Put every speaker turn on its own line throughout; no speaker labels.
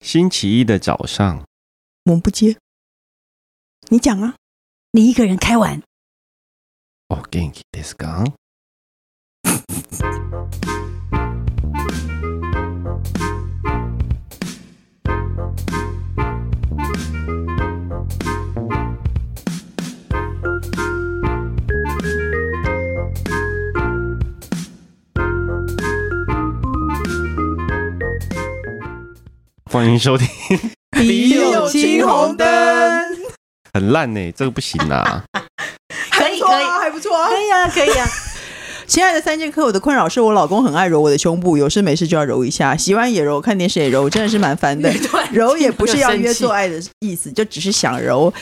星期一的早上，
我们不接。你讲啊，
你一个人开完，
お元気ですか？ 欢迎收听，
你
有青红灯
还
很烂呢、这个不行啦。
可
不
以
错
可以
啊，还不错啊。
可以啊，可以啊。
亲爱的三剑客，我的困扰是我老公很爱揉我的胸部，有事没事就要揉一下，洗碗也揉，看电视也揉，真的是蛮 烦的。揉也不是要约做爱的意思，就只是想揉。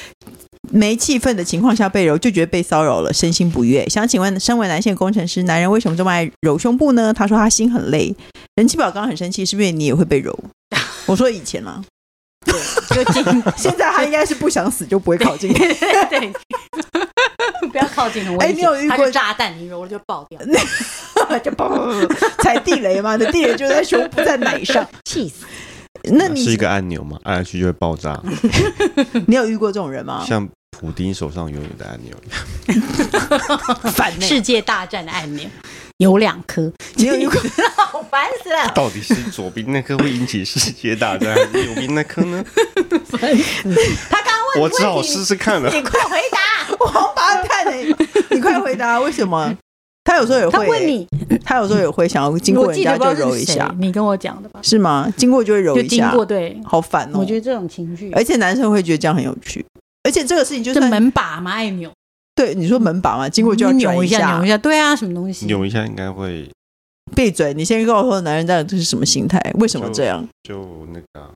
没气氛的情况下被揉，就觉得被骚扰了，身心不悦。想请问，身为男性工程师，男人为什么这么爱揉胸部呢？他说他心很累。人气宝刚刚很生气，是不是你也会被揉？我说以前啊啦，
就进，
现在他应该是不想死就不会靠 近。
对，不要靠近，很危
哎
险。
你有遇过
它是炸弹，你揉了就爆掉，
就砰砰砰砰踩地雷嘛，那地雷就在胸部在奶上。
气死！
那
是一
你
个按钮嘛，按下去就会爆炸，
你有遇过这种人
啊
吗？
像普丁手上拥有的按钮。
反内
世界大战的按钮有两 颗，
你有遇过？
好烦死了！
到底是左边那颗会引起世界大战，还是右边那颗 呢？
他刚刚问
我只好试试看了。
你快回 答，
我好麻烦哎！你快回答为什么？他有时候也会、
他问，你，
他有时候也会想要经过
我
人
记
家
得不
就
知道
揉
是
一
谁
下，，
你跟我讲的吧？
是吗？经过就会揉
就
一
经
下，
过，对，
好烦哦！
我觉得这种情绪，
而且男生会觉得这样很有趣，而且这个事情就
这
算
门把嘛，按钮，
对你说门把嘛，经过就要
你
转
扭一
下，
扭一下，对啊，什么东西？
扭一下应该会
闭嘴！你先告诉我，男人到底这是什么心态？为什么这样？
就那个啊、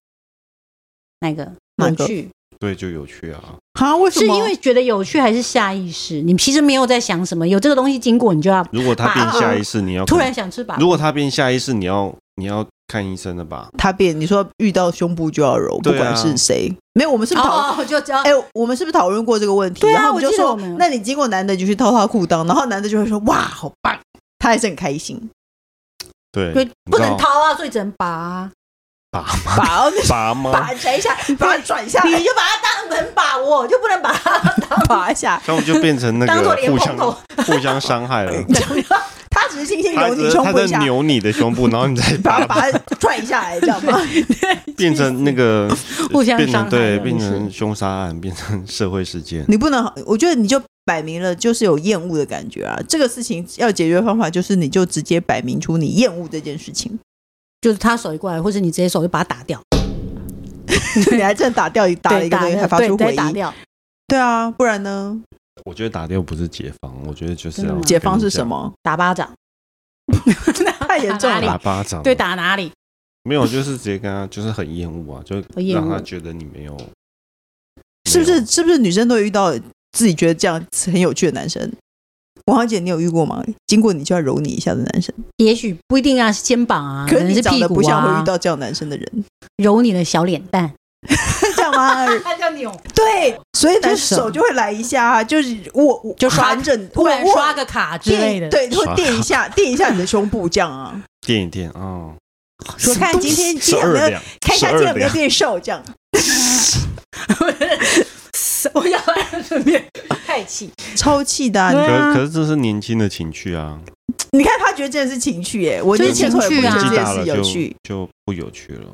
哪个？
哪
有
个
趣？
对，就有趣啊。
哈？为什
是
么？
因为觉得有趣，还是下意识？你其实没有在想什么，有这个东西经过，你就要
如果他变下意识，你要
突然想吃吧。
如果他变下意识，你要你要看医生的吧？
他变，你说遇到胸部就要揉，不
对啊
管是谁，没有，我们是不是讨
哦，就知道
哎、我们是不是讨论过这个问题？
对
然
啊
后我们
我
就
记得
说
我们，
那你经过男的就去掏他裤裆，然后男的就会说，哇，好棒，他还是很 开心。
对，
对，
你
不
知道
能掏啊，所以只能拔啊。
拔吗？
把哦，
拔
那
吗？
把摘 一下，把它转下来
你，就把它当门把，我就不能把它
拔一下。
这样就变成那
当
个
做莲
互
蓬
相
头
互相伤害 了。
他只是轻轻
他
揉你
只
胸
他
部
在
一下，
扭你的 胸部，然后你再
把
把它
把它拽下来，这样吗？
变成那个
互相
变
伤
成
害。
对，
真的
变
是
成凶杀案，变成社会事件。
你不能，我觉得你就摆明了就是有厌恶的感觉啊。这个事情要解决的方法就是，你就直接摆明出你厌恶这件事情。
就是他手一过来，或者你直接手就把它打掉，
你还真的打掉一打了一
对
个
打
东西，还
掉，
发
对，
出
直
回
接打
音。
掉。
对啊，不然呢？
我觉得打掉不是解放，我觉得就是
真的
要
吗
解放是什？ 么？
打巴掌，
太严重
哪
了
里
打
吧。
巴掌？
对，打哪里？
没有，就是直接跟他就是很厌恶啊，就
我厌
让他
恶。
觉得你没有，
是
没
不是
有？
是不是女生都会遇到自己觉得这样很有趣的男生？王小姐，你有遇过吗？经过你就要揉你一下的男生，
也许不一定啊，是肩膀啊，
可
可能
你
是
长
屁
得不
股
像会
啊
遇，到这样男 生的人，
揉你的小脸蛋，
是这样吗？
他叫扭，
对，所以
就
男
手
手就会来一下，啊就是握握
就刷
含着你，
突然
握
刷个卡之类的。
垫，对，会
刷
垫一下，垫一下你的胸部这样 啊。
垫一垫啊，
说
什么
看今天今
十
天有
二
没有
两，
看一下
十
今
二
天有没有
两，
变瘦这样。
我要顺便太气，
超气的啊、
对
可
啊
是可是这是年轻的情趣啊，
你看他觉得这件事情趣耶、我
就是
年轻的时候也不觉
情
年
得
趣啊
这
纪
件
大
事
了
有
就
趣，
就不有趣了。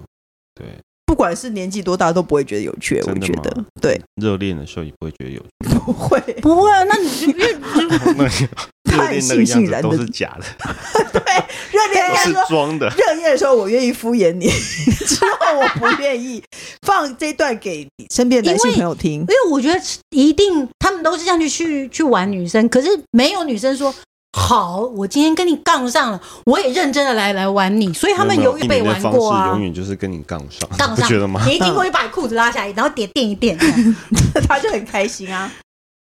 对，
不管是年纪多大都不会觉得有趣、我
真的
觉
吗
得对，
热恋的时候也不会觉得有 趣，
不会。
不会啊，那你就越
那热恋那个样子都是假的，
热恋应
都
该
是
说
装的。
热恋的时候我愿意敷衍你， 之后我不愿意放这段给身边的男性朋友听
因。为我觉得一定他们都是这样去去去玩女生，可是没有女生说好，我今天跟你杠上了，我也认真的来来玩你，所以他们
没有
永
没有
远被
你的
玩
方
过
式
啊
永。远就是跟你杠上，
杠
不
上
觉得吗？
你一定会把裤子拉下来，然后点垫一垫，这样
他就很开心啊。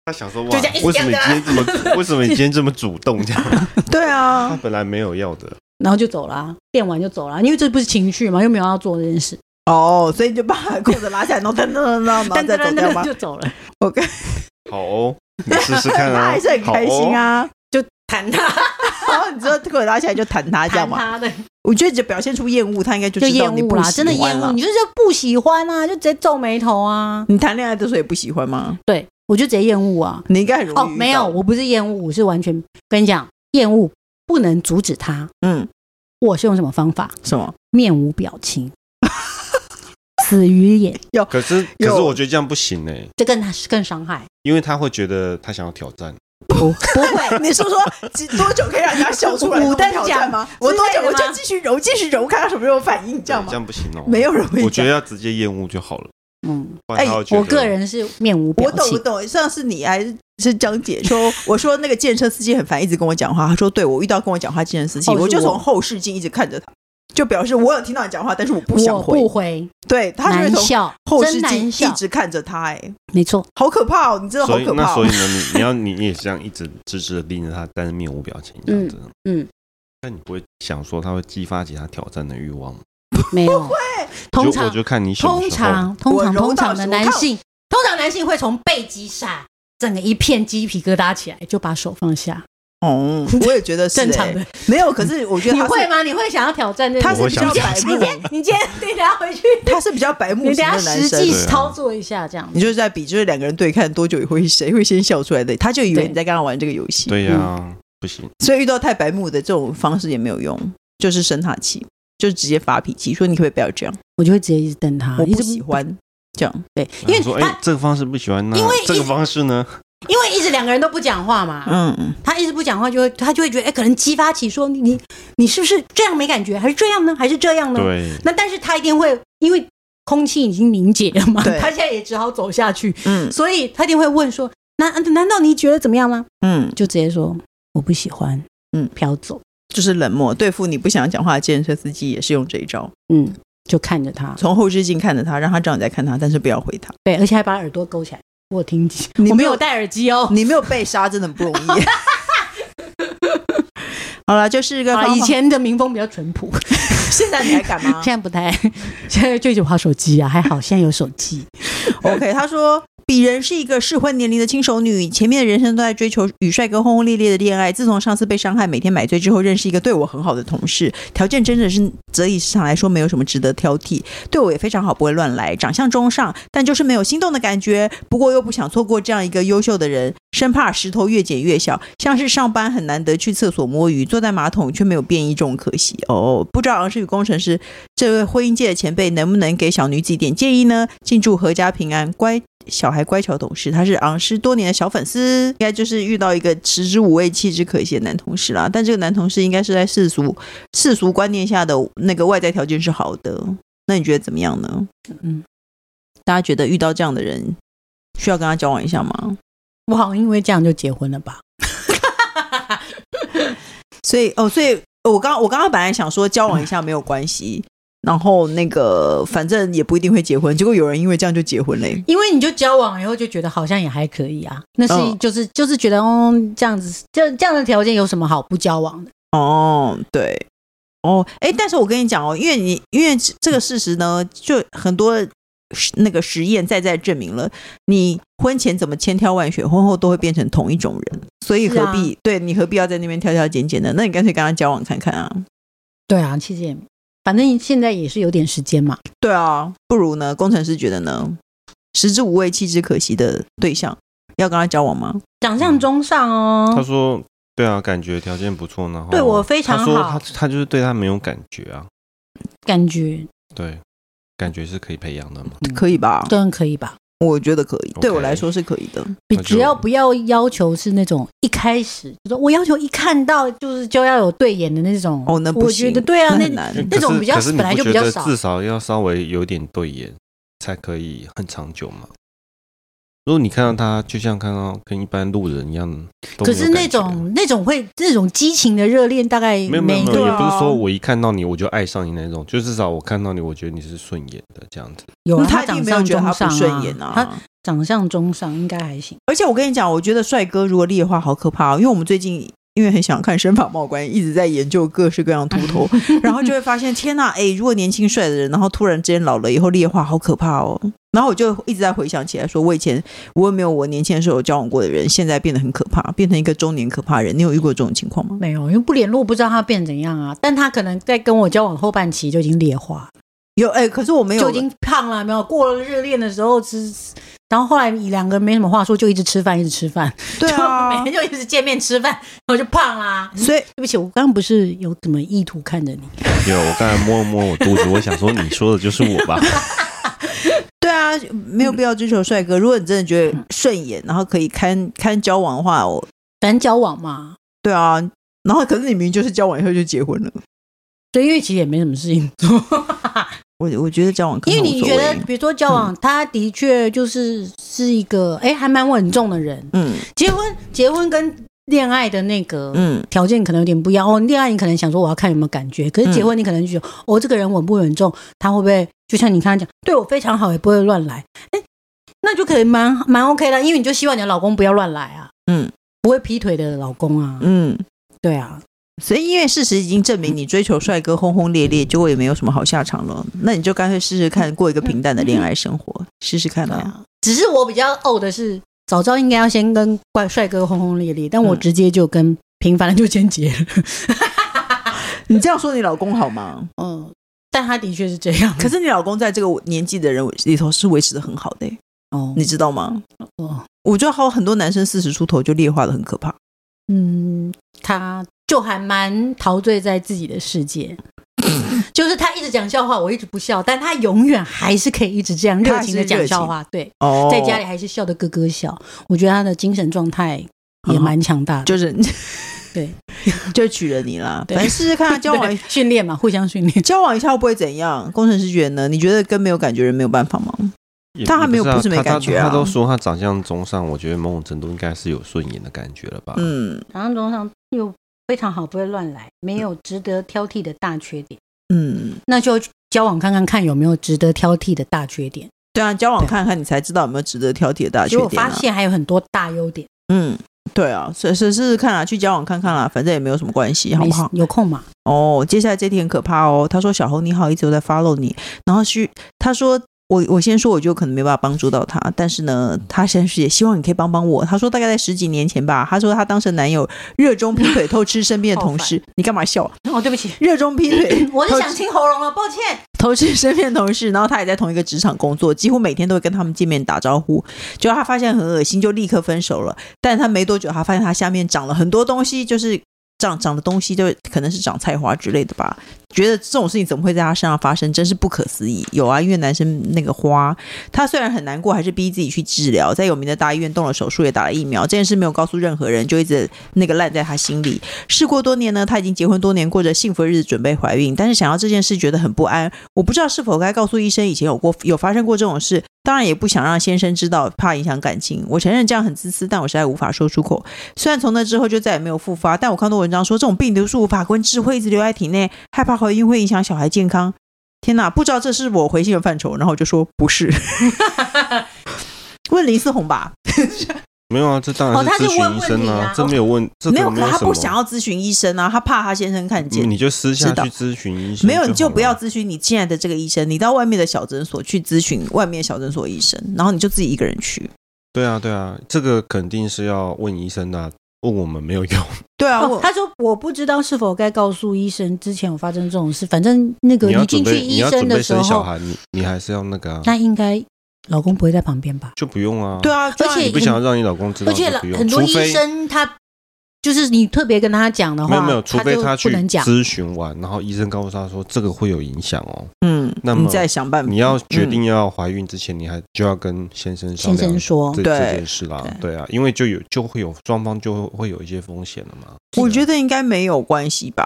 他想说哇，
就这样一直
为什么你今天这么 为什么你今天这么主动这样？
对
他
啊，
本来没有要的，
然后就走了啊，垫完就走了啊，因为这不是情绪嘛，又没有要做这件事，
哦，所以你就把裤子拉下来，然后噔噔噔噔，然后
但
再走掉吗？
就走了，
我跟
好哦，你试试看
他
啊
还是很，
好
开
哦，
心啊。
就弹他，
然后你知道腿打起来就弹他这样
弹
哎嘛？
他的
我觉得只表现出厌恶，他应该就
就
知道
厌
你
恶
不喜
啦，
欢
真的厌恶，
了
你就是不喜欢啊，就直接皱眉头啊。
你谈恋爱的时候也不喜欢吗？
对，我就直接厌恶啊。
你应该很容易
哦，
遇到
没有，我不是厌恶，我是完全跟你讲，厌恶不能阻止他。
嗯，
我是用什么方法？
什么？
面无表 情，死鱼眼，
哦可是可是
有
我觉得这样不行呢、
这更更伤害。
因为他会觉得他想要挑战。
不不会，
你说说几多久可以让人家笑出来？
五等
挑
奖
战吗？我多久
之类
我
的吗
就继续揉，继续揉，看他什么时候反应，这样
对
吗
这？样不行哦、
没有人会
我觉
这
得
样。
要直接厌恶就好了，
嗯，
不然他会觉得
我个人是面无表
我懂，
情
我。懂。上次你还是江姐说， 我说那个建车司机很烦，一直跟我讲话。他说，对我遇到跟我讲话建车司机，
哦是
我就
我
从后视镜一直看着他，就表示我有听到你讲话，但是我不想
我
回
不。回，
对他就会
难
从
笑，
后视
真
镜
难
一
笑，
直看着他、哎，
没错，
好可怕哦！你真的好
所以
可
那
怕、
所
哦
以。呢，你你要你你也这样一直直直的盯着他，但是面无表情这样子。
嗯嗯
但你不会想说他会激发起他挑战的欲望吗？
没有。通
就我
常
就看你什么时
通
候。
常通常
我揉
通
到
常的
手
男
看
性，通常男性会从背脊闪，整个一片鸡皮疙瘩起来，就把手放下。
哦，我也觉
欸
得是、
正常
哎
的，
没有。可是我觉得
你
他是
会吗？你会想要挑战这个？
他
我
是
会
比
想
较
起来
白
你今
目，
天你今 天你等一下回去，
他是比较白目
你
型
等一下
的男
实
生。
际
对啊
操作一下这样。
你就是在比，就是两个人对看多久会谁会先笑出来的，他就以为
对
你在跟他玩这个游戏，
对呀、不行，
所以遇到太白目的这种方式也没有用，就是生他气，就直接发脾气，说你可不可以不要这样，
我就会直接一直瞪他，
我
一
不
直
喜。欢这样。
对，因为
说
他
哎、这个方式不喜欢呢、
因为
这
一
个方式呢，
因为一直两个人都不讲话嘛，
嗯，嗯
他一直不讲话，就会他就会觉得，哎，可能激发起说你你你是不是这样没感觉，还是这样呢，还是这样呢？
对，
那但是他一定会，因为空气已经凝结了嘛，
对
他现在也只好走下去，
嗯
所以他一定会问说：“那难道你觉得怎么样吗
嗯？”，
就直接说：“我不喜欢。”
嗯
嗯，飘走，
就是冷漠对付你不想讲话的健身司机也是用这一招，
嗯，就看着他，
从后视镜看着他，让他知道你在看他，但是不要回他。
对，而且还把耳朵勾起来。我听见，
你
我
没
没
有
有戴耳机哦。
你没有被杀真的很不容易。 好了，就是一个
啊，
方
以
法。
前的民风比较淳朴，
现在你 还敢吗
现在不太，现在就一直划手机啊，还好现在有手机。
OK，他说。鄙人是一个适婚年龄的轻熟女，前面的人生都在追求与帅哥轰轰烈烈的恋爱。自从上次被伤害，每天买醉之后，认识一个对我很好的同事，条件真的是择以市场来说没有什么值得挑剔，对我也非常好，不会乱来，长相中上，但就是没有心动的感觉。不过又不想错过这样一个优秀的人，生怕石头越捡越小，像是上班很难得去厕所摸鱼，坐在马桶却没有便衣这种可惜哦。不知道昂氏与工程师这位婚姻界的前辈能不能给小女子一点建议呢？敬祝阖家平安，乖小孩乖巧懂事。他是昂师多年的小粉丝，应该就是遇到一个食之无味弃之可惜的男同事啦。但这个男同事应该是在世俗世俗观念下的那个外在条件是好的，那你觉得怎么样呢？
嗯，
大家觉得遇到这样的人，需要跟他交往一下吗？
我好像因为这样就结婚了吧？
所以哦，所以呃我刚我刚刚本来想说交往一下没有关系，然后那个反正也不一定会结婚，结果有人因为这样就结婚嘞、
因为你就交往以后就觉得好像也还可以啊，那是、
嗯
就是就是觉得哦这样子，这这样的条件有什么好不交往的？
哦，对，哦，哎，但是我跟你讲哦，因为你因为这个事实呢，就很多实那个实验再再证明了，你婚前怎么千挑万选，婚后都会变成同一种人，所以
是
何
啊
必、对你何必要在那边挑挑拣拣的？那你干脆跟他交往看看啊。
对啊，其实也反正现在也是有点时间嘛。
对啊，不如呢？工程师觉得呢？食之无味，弃之可惜的对象，要跟他交往吗？
长相
嗯
中上
他
哦，
说对啊，感觉条件不错，然后
对我非常
他说
好
他他就是对他没有感觉啊，
感觉
对，感觉是可以培养的嘛。
可以吧？
这样可以吧？
我觉得可以，对我
OK
来说是可以的。
比
那就
只要不要要求是那种一开始就说我要求一看到就是就要有对眼的那种
哦，那不
我
行，
觉得对啊，
那
那
很难。
那种
可是
比较
可是你
本来
不
就比
觉
较
得
少
至少要稍微有点对眼才可以很长久嘛。如果你看到他，就像看到跟一般路人一样，都没
可
有
是那
感觉
种那种会那种激情的热恋，大概
没有没有
每
没
个
有，
对
也
啊
不是说我一看到你我就爱上你那种，就至少我看到你，我觉得你是顺眼的这样子。
有啊
那嗯他一定
长
没有
相
觉得
中
他
上
不顺眼
啊，他长相中上应该还行。
而且我跟你讲，我觉得帅哥如果裂的话，好可怕、哦。因为我们最近因为很想看《身法报官》，一直在研究各式各样的秃 头，然后就会发现，天呐，哎，如果年轻帅的人，然后突然之间老了以后裂化，好可怕哦。然后我就一直在回想起来，说我以前我有没有我年轻的时候有交往过的人，现在变得很可怕，变成一个中年可怕人。你有遇过这种情况吗？
没有，因为不联络不知道他变怎样啊。但他可能在跟我交往后半期就已经劣化，
有哎、可是我没有，
就已经胖了，没有过了热恋的时候吃，然后后来两个人没什么话说，就一直吃饭，一直吃饭，
对啊
就，每天就一直见面吃饭，然后就胖啦。
所以
对不起，我刚刚不是有怎么意图看着你？
有，我刚才摸了摸我肚子，我想说你说的就是我吧？
对啊，没有必要追求帅哥。如果你真的觉得顺眼，然后可以堪堪交往的话，我
咱交往嘛，
对啊。然后可是你明明就是交往以后就结婚了，
对，因为其实也没什么事情做。
我我觉得交往可
因
能
为你
无所
觉得
谓，
比如说交往，他的确就是是一个哎、还蛮稳重的人。
嗯
结婚，结婚跟恋爱的那个
嗯，
条件可能有点不一样哦。恋爱你可能想说我要看有没有感觉，可是结婚你可能
嗯
就觉得、哦，这个人稳不稳重，他会不会就像你刚才讲，对我非常好，也不会乱来。哎、那就可以蛮蛮 OK 的，因为你就希望你的老公不要乱来啊，
嗯，
不会劈腿的老公啊，
嗯，
对啊，
所以因为事实已经证明，你追求帅哥轰轰烈烈，结果也没有什么好下场了。那你就干脆试试看，过一个平淡的恋爱生活，试试看
对
啊。
啊。只是我比较呕的是，早知道应该要先跟怪帅哥轰轰烈烈，但我
嗯
直接就跟平凡的就先结了。
你这样说你老公好吗？
嗯，但他的确是这样。
可是你老公在这个年纪的人里头是维持的很好的欸、
哦，
你知道吗？
哦，
我觉得还有很多男生四十出头就劣化的很可怕。
嗯，他就还蛮陶醉在自己的 世界。就是他一直讲笑话，我一直不笑，但他永远还是可以一直这样
他
热
还是
情的讲笑话。对，
哦
在家里还是笑得咯咯笑。我觉得他的精神状态也蛮强大的，
就是
对，
就娶了你啦。
对
反正试试看啊，交往
对训练嘛，互相训练。
交往一下会不会怎样？工程师觉得呢？你觉得跟没有感觉人没有办法吗？
也
但他没有
也不
不是
知道
没感觉啊
他他都说他长相中上，我觉得某种程度应该是有顺眼的感觉了吧？
嗯
然后中上又非常好，不会乱来，没有值得挑剔的大缺点，
嗯，
那就交往看看看有没有值得挑剔的大缺点。
对啊，交往看看你才知道有没有值得挑剔的大缺
结
点、
果
啊。
发现还有很多大优点，
嗯，对啊，试试试试看啊，去交往看看啦、反正也没有什么关系，好
没
不
事
好？
有空嘛？
哦，接下来这题很可怕哦。他说：“小红你好，一直有在 follow 你。”然后是他说：“我我先说，我就可能没办法帮助到他，但是
嗯
呢，他先是也希望你可以帮帮我。”他说：“大概在十几年前吧，他说他当时男友热衷劈 腿偷吃身边的同事，你干嘛笑啊？
哦，对不起，
热衷劈腿
我是
偷
想清喉咙了，抱歉。
同事身边的同事，然后他也在同一个职场工作，几乎每天都会跟他们见面打招呼。结果他发现很恶心，就立刻分手了。但他没多久，他发现他下面长了很多东西，就是长长的东西，就可能是长菜花之类的吧。觉得这种事情怎么会在他身上发生，真是不可思议。有啊，因为男生那个花，他虽然很难过，还是逼自己去治疗，在有名的大医院动了手术，也打了疫苗。这件事没有告诉任何人，就一直那个烂在他心里。事过多年呢，她已经结婚多年，过着幸福的日子，准备怀孕，但是想到这件事觉得很不安。我不知道是否该告诉医生以前有过有发生过这种事，当然也不想让先生知道，怕影响感情。我承认这样很自私，但我实在无法说出口。虽然从那之后就再也没有复发，但我看到文章说这种病毒是无法根治，会一直留在体内，害怕怀孕会影响小孩健康。天哪，不知道这是我回信的范畴，然后我就说不是。 问林思红吧，
没有啊，这当
哦
然
他是
咨询
问
医生
问题啊
这没有问，这
没有，
个没
可他
什么
不想要咨询医生啊，他怕他先生看见。
你就私下
知道
去咨询医生，
没有，你就
好
不要
了
咨询你现在的这个医生，你到外面的小诊所去咨询外面小诊所医生，然后你就自己一个人去。
对啊，对啊，这个肯定是要问医生的啊、问我们没有用。
对啊，
哦
我
他说我不知道是否该告诉医生，之前有发生这种事，反正那个
你要
进
准
去
备，你
医
要
生
准备
的时
生小
候，
孩，你你还是要那个啊，
那应该老公不会在旁边吧？
就不用啊。
对，啊，就
而且
你不想要让你老公知道，
而且
就不用
很多
除
医
非
生他就是你特别跟他讲的
没有
话，
没有，除非
就
他去
不能讲。
咨询完，然后医生告诉他说这个会有影响哦。
嗯，
那么
你再想办法。
你要决
嗯
定要怀孕之前，你还就要跟先生商
先
量
生说
这
对
这件事啦。对啊，因为就有就会有双方就会有一些风险了嘛。
我
是的啊
觉得应该没有关系吧？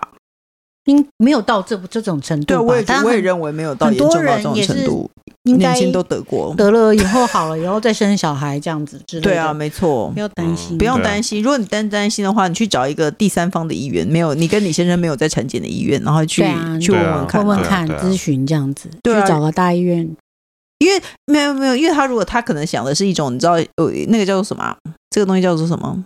应没有到这这种程度
对，啊
吧？
我也
但
我也认为没有到
很
严重
多
到这
人
种
也是
程度，
应
年
该
轻都得过。
得了以后好了，以后再生小孩这样子之类的。
对啊，没错
不。要担心，
嗯
不用
对啊
担心，如果你担担心的话，你去找一个第三方的医院，没有你跟你先生没有在产检的医院，然后去、
对啊
去问
对啊
问看
问
啊，
问
对啊
看
对啊
咨询这样子，
对啊
去找个大医院。
没有呃没有，因为他如果他可能想的是一种，你知道有那个叫做什么啊、这个东西叫做什么？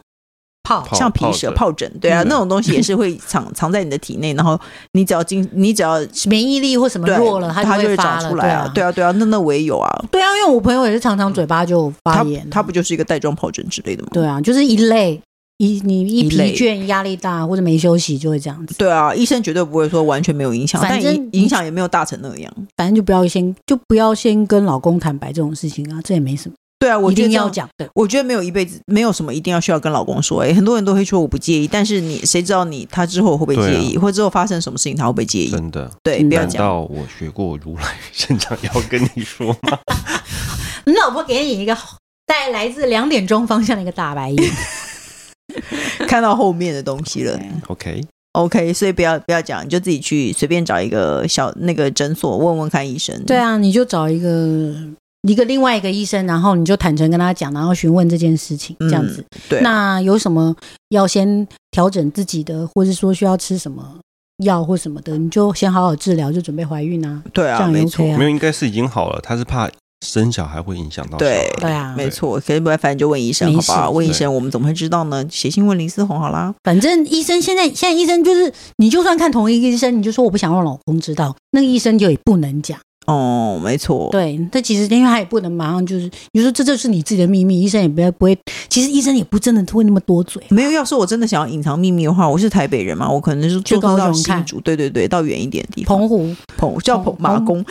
泡
泡
像皮蛇、
泡
疱疹，对啊，
嗯
那种东西也是会藏 藏在你的体内，然后你只要经，你只要
免疫力或什么
对
弱了，它
它
会
会
发
长
了，
出来啊，
对
对
啊，
啊，对啊，那那我也有啊，
对啊，因为我朋友也是常常嘴巴就发
它
炎，
它不就是一个带状疱疹之类的吗？
对啊，就是一累，一你一
一
疲
累
倦、压力大或者没休息就会这样子，
对啊，医生绝对不会说完全没有影响，
反
但
正
影影响也没有大成那样。
反正就不要先就不要先跟老公坦白这种事情啊，这也没什么，
对啊，我
一
觉得
定
这
要
样
讲的。
我觉得没有一辈子，没有什么一定要需要跟老公说、欸。很多人都会说我不介意，但是你谁知道你他之后会不会介
啊
意，或之后发生什么事情他会不会介意？
真的。
对，
嗯
不要
难
讲。
道我学过如来 神掌要跟你说吗？
你老婆给你一个带来自两点钟方向的一个大白眼，
看到后面的东西了。
OK，
OK，所以不要不要讲，你就自己去随便找一个小那个诊所问问看医生。
对，啊，你就找一个一个另外一个医生，然后你就坦诚跟他讲，然后询问这件事情，这样子。
对，
那有什么要先调整自己的，或是说需要吃什么药或什么的，你就先好好治疗，就准备怀孕啊。
对
这
啊，
样也
没
OK
错，
啊
没有，应该是已经好了。他是怕生小孩会影响到小
对
孩。
对啊
没错。可是不然，反正就问医生，
没
好
事
吧？问医
对
生，我们怎么会知道呢？写信问林思红好啦。
反正医生现在现在医生就是，你就算看同一个医生，你就说我不想让老公知道，那个医生就也不能讲。
哦，没错，
对，但其实因为他也不能马上就是，你说这就是你自己的秘密，医生也不要不会，其实医生也不真的会那么多嘴。
没有，要是我真的想要隐藏秘密的话，我是台北人嘛，我可能是坐
去高雄
到
看
新竹，对对对，到远一点的地方，
澎湖
澎叫澎
澎
马公，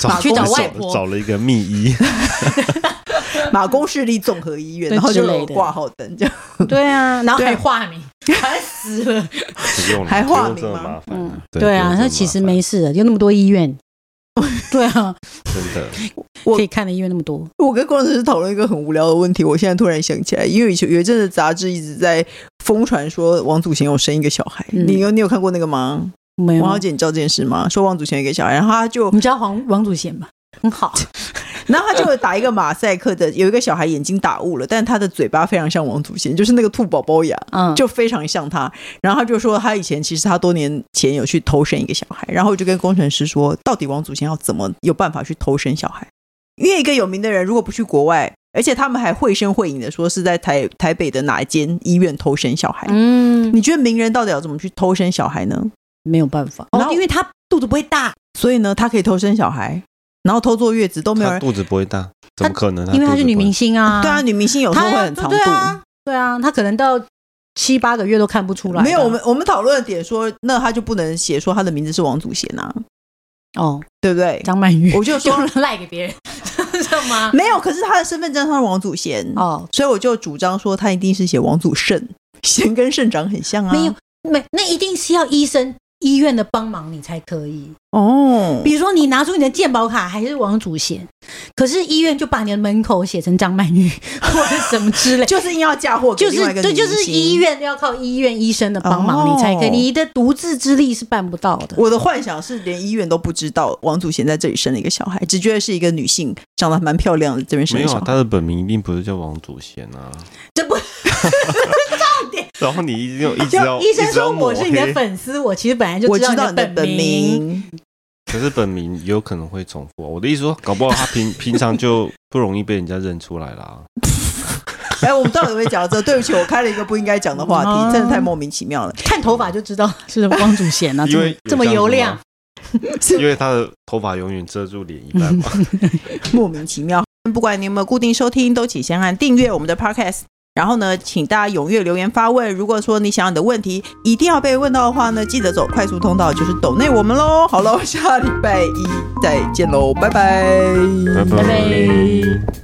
找
去找
我
外婆
找了一个秘医，
马公市立综合医院，
对
然后就
之类
有
的
挂号灯，这样
对啊，然后
对
还化名，烦死了。
不用了
还
不用
化名
这么
吗
麻烦
嗯
了。，
对
不
啊，
用这
那
么
其实
麻烦
没事的，有那么多医院，对啊，
真的。
我
可以看的医院那么多。
我跟工程师讨论一个很无聊的问题，我现在突然想起来，因为以前有一阵子杂志一直在疯传说王祖贤有生一个小孩，
嗯
你有你有看过那个吗？
没有
王，小姐，你知道这件事吗？说王祖贤有一个小孩，然后他就
你知道黄王祖贤吧？很好，
然后他就打一个马赛克的，有一个小孩眼睛打雾了，但他的嘴巴非常像王祖贤，就是那个兔宝宝牙。
嗯，
就非常像他。然后他就说，他以前其实他多年前有去偷生一个小孩，然后我就跟工程师说，到底王祖贤要怎么有办法去偷生小孩？因为一个有名的人如果不去国外，而且他们还绘声绘影的说是在台台北的哪一间医院偷生小孩，
嗯，
你觉得名人到底要怎么去偷生小孩呢？
没有办法，
然
哦，
后
因为他肚子不会大，
所以呢，他可以偷生小孩，然后偷坐月子都没有
她
人。
肚子不会大，怎么可能？
因为她
肚
是
子
女
不会
明星啊，
对啊，，女明星有时
她
候会很长肚
对。啊，对啊，她可能到七八个月都看不出来的。
没有，我们我们讨论的点说，那他就不能写说他的名字是王祖贤啊，
哦，
对不对？
张曼玉，
我就说
就 赖给别人，知道吗？
没有，可是他的身份证上是王祖贤
哦，
所以我就主张说他一定是写王祖胜，贤跟胜长很像啊。
没有，没，那一定是要医生、医院的帮忙你才可以。
哦
比如说，你拿出你的健保卡还是王祖贤，可是医院就把你的门口写成张曼玉 或者什么之类，
就是硬要嫁祸给
就
另外
是
一个
这
女
就是
明星
医。院要靠医院医生的帮忙
哦
你才可以，你的独自之力是办不到的。
我的幻想是连医院都不知道王祖贤在这里生了一个小孩，只觉得是一个女性，长得还蛮漂亮的，这边生
没
的
有
小
啊，
孩。
她的本名一定不是叫王祖贤啊。
这不，
然后你一定有一直要
就医生
一直要
说我
抹
是你的
黑，
粉丝，我其实本来就
我知道
道
你的
本
本名，
可是本名有可能会重复、啊。我的意思说，搞不好她平平常就不容易被人家认出来啦。
哎，我们到底会讲到这？对不起，我开了一个不应该讲的话
哦
题，真的太莫名其妙了。
看头发就知道是王祖贤啊，
因
这
为
么
有
这么
样子
油
吗
亮，，
因为她的头发永远遮住脸一半嘛。
莫名其妙。不管你有没有固定收听，都请先按订阅我们的 Podcast。然后呢，请大家踊跃留言发问。如果说你想要你的问题一定要被问到的话呢，记得走快速通道，就是抖内我们喽。好喽，下礼拜一再见喽，拜拜
拜
拜拜。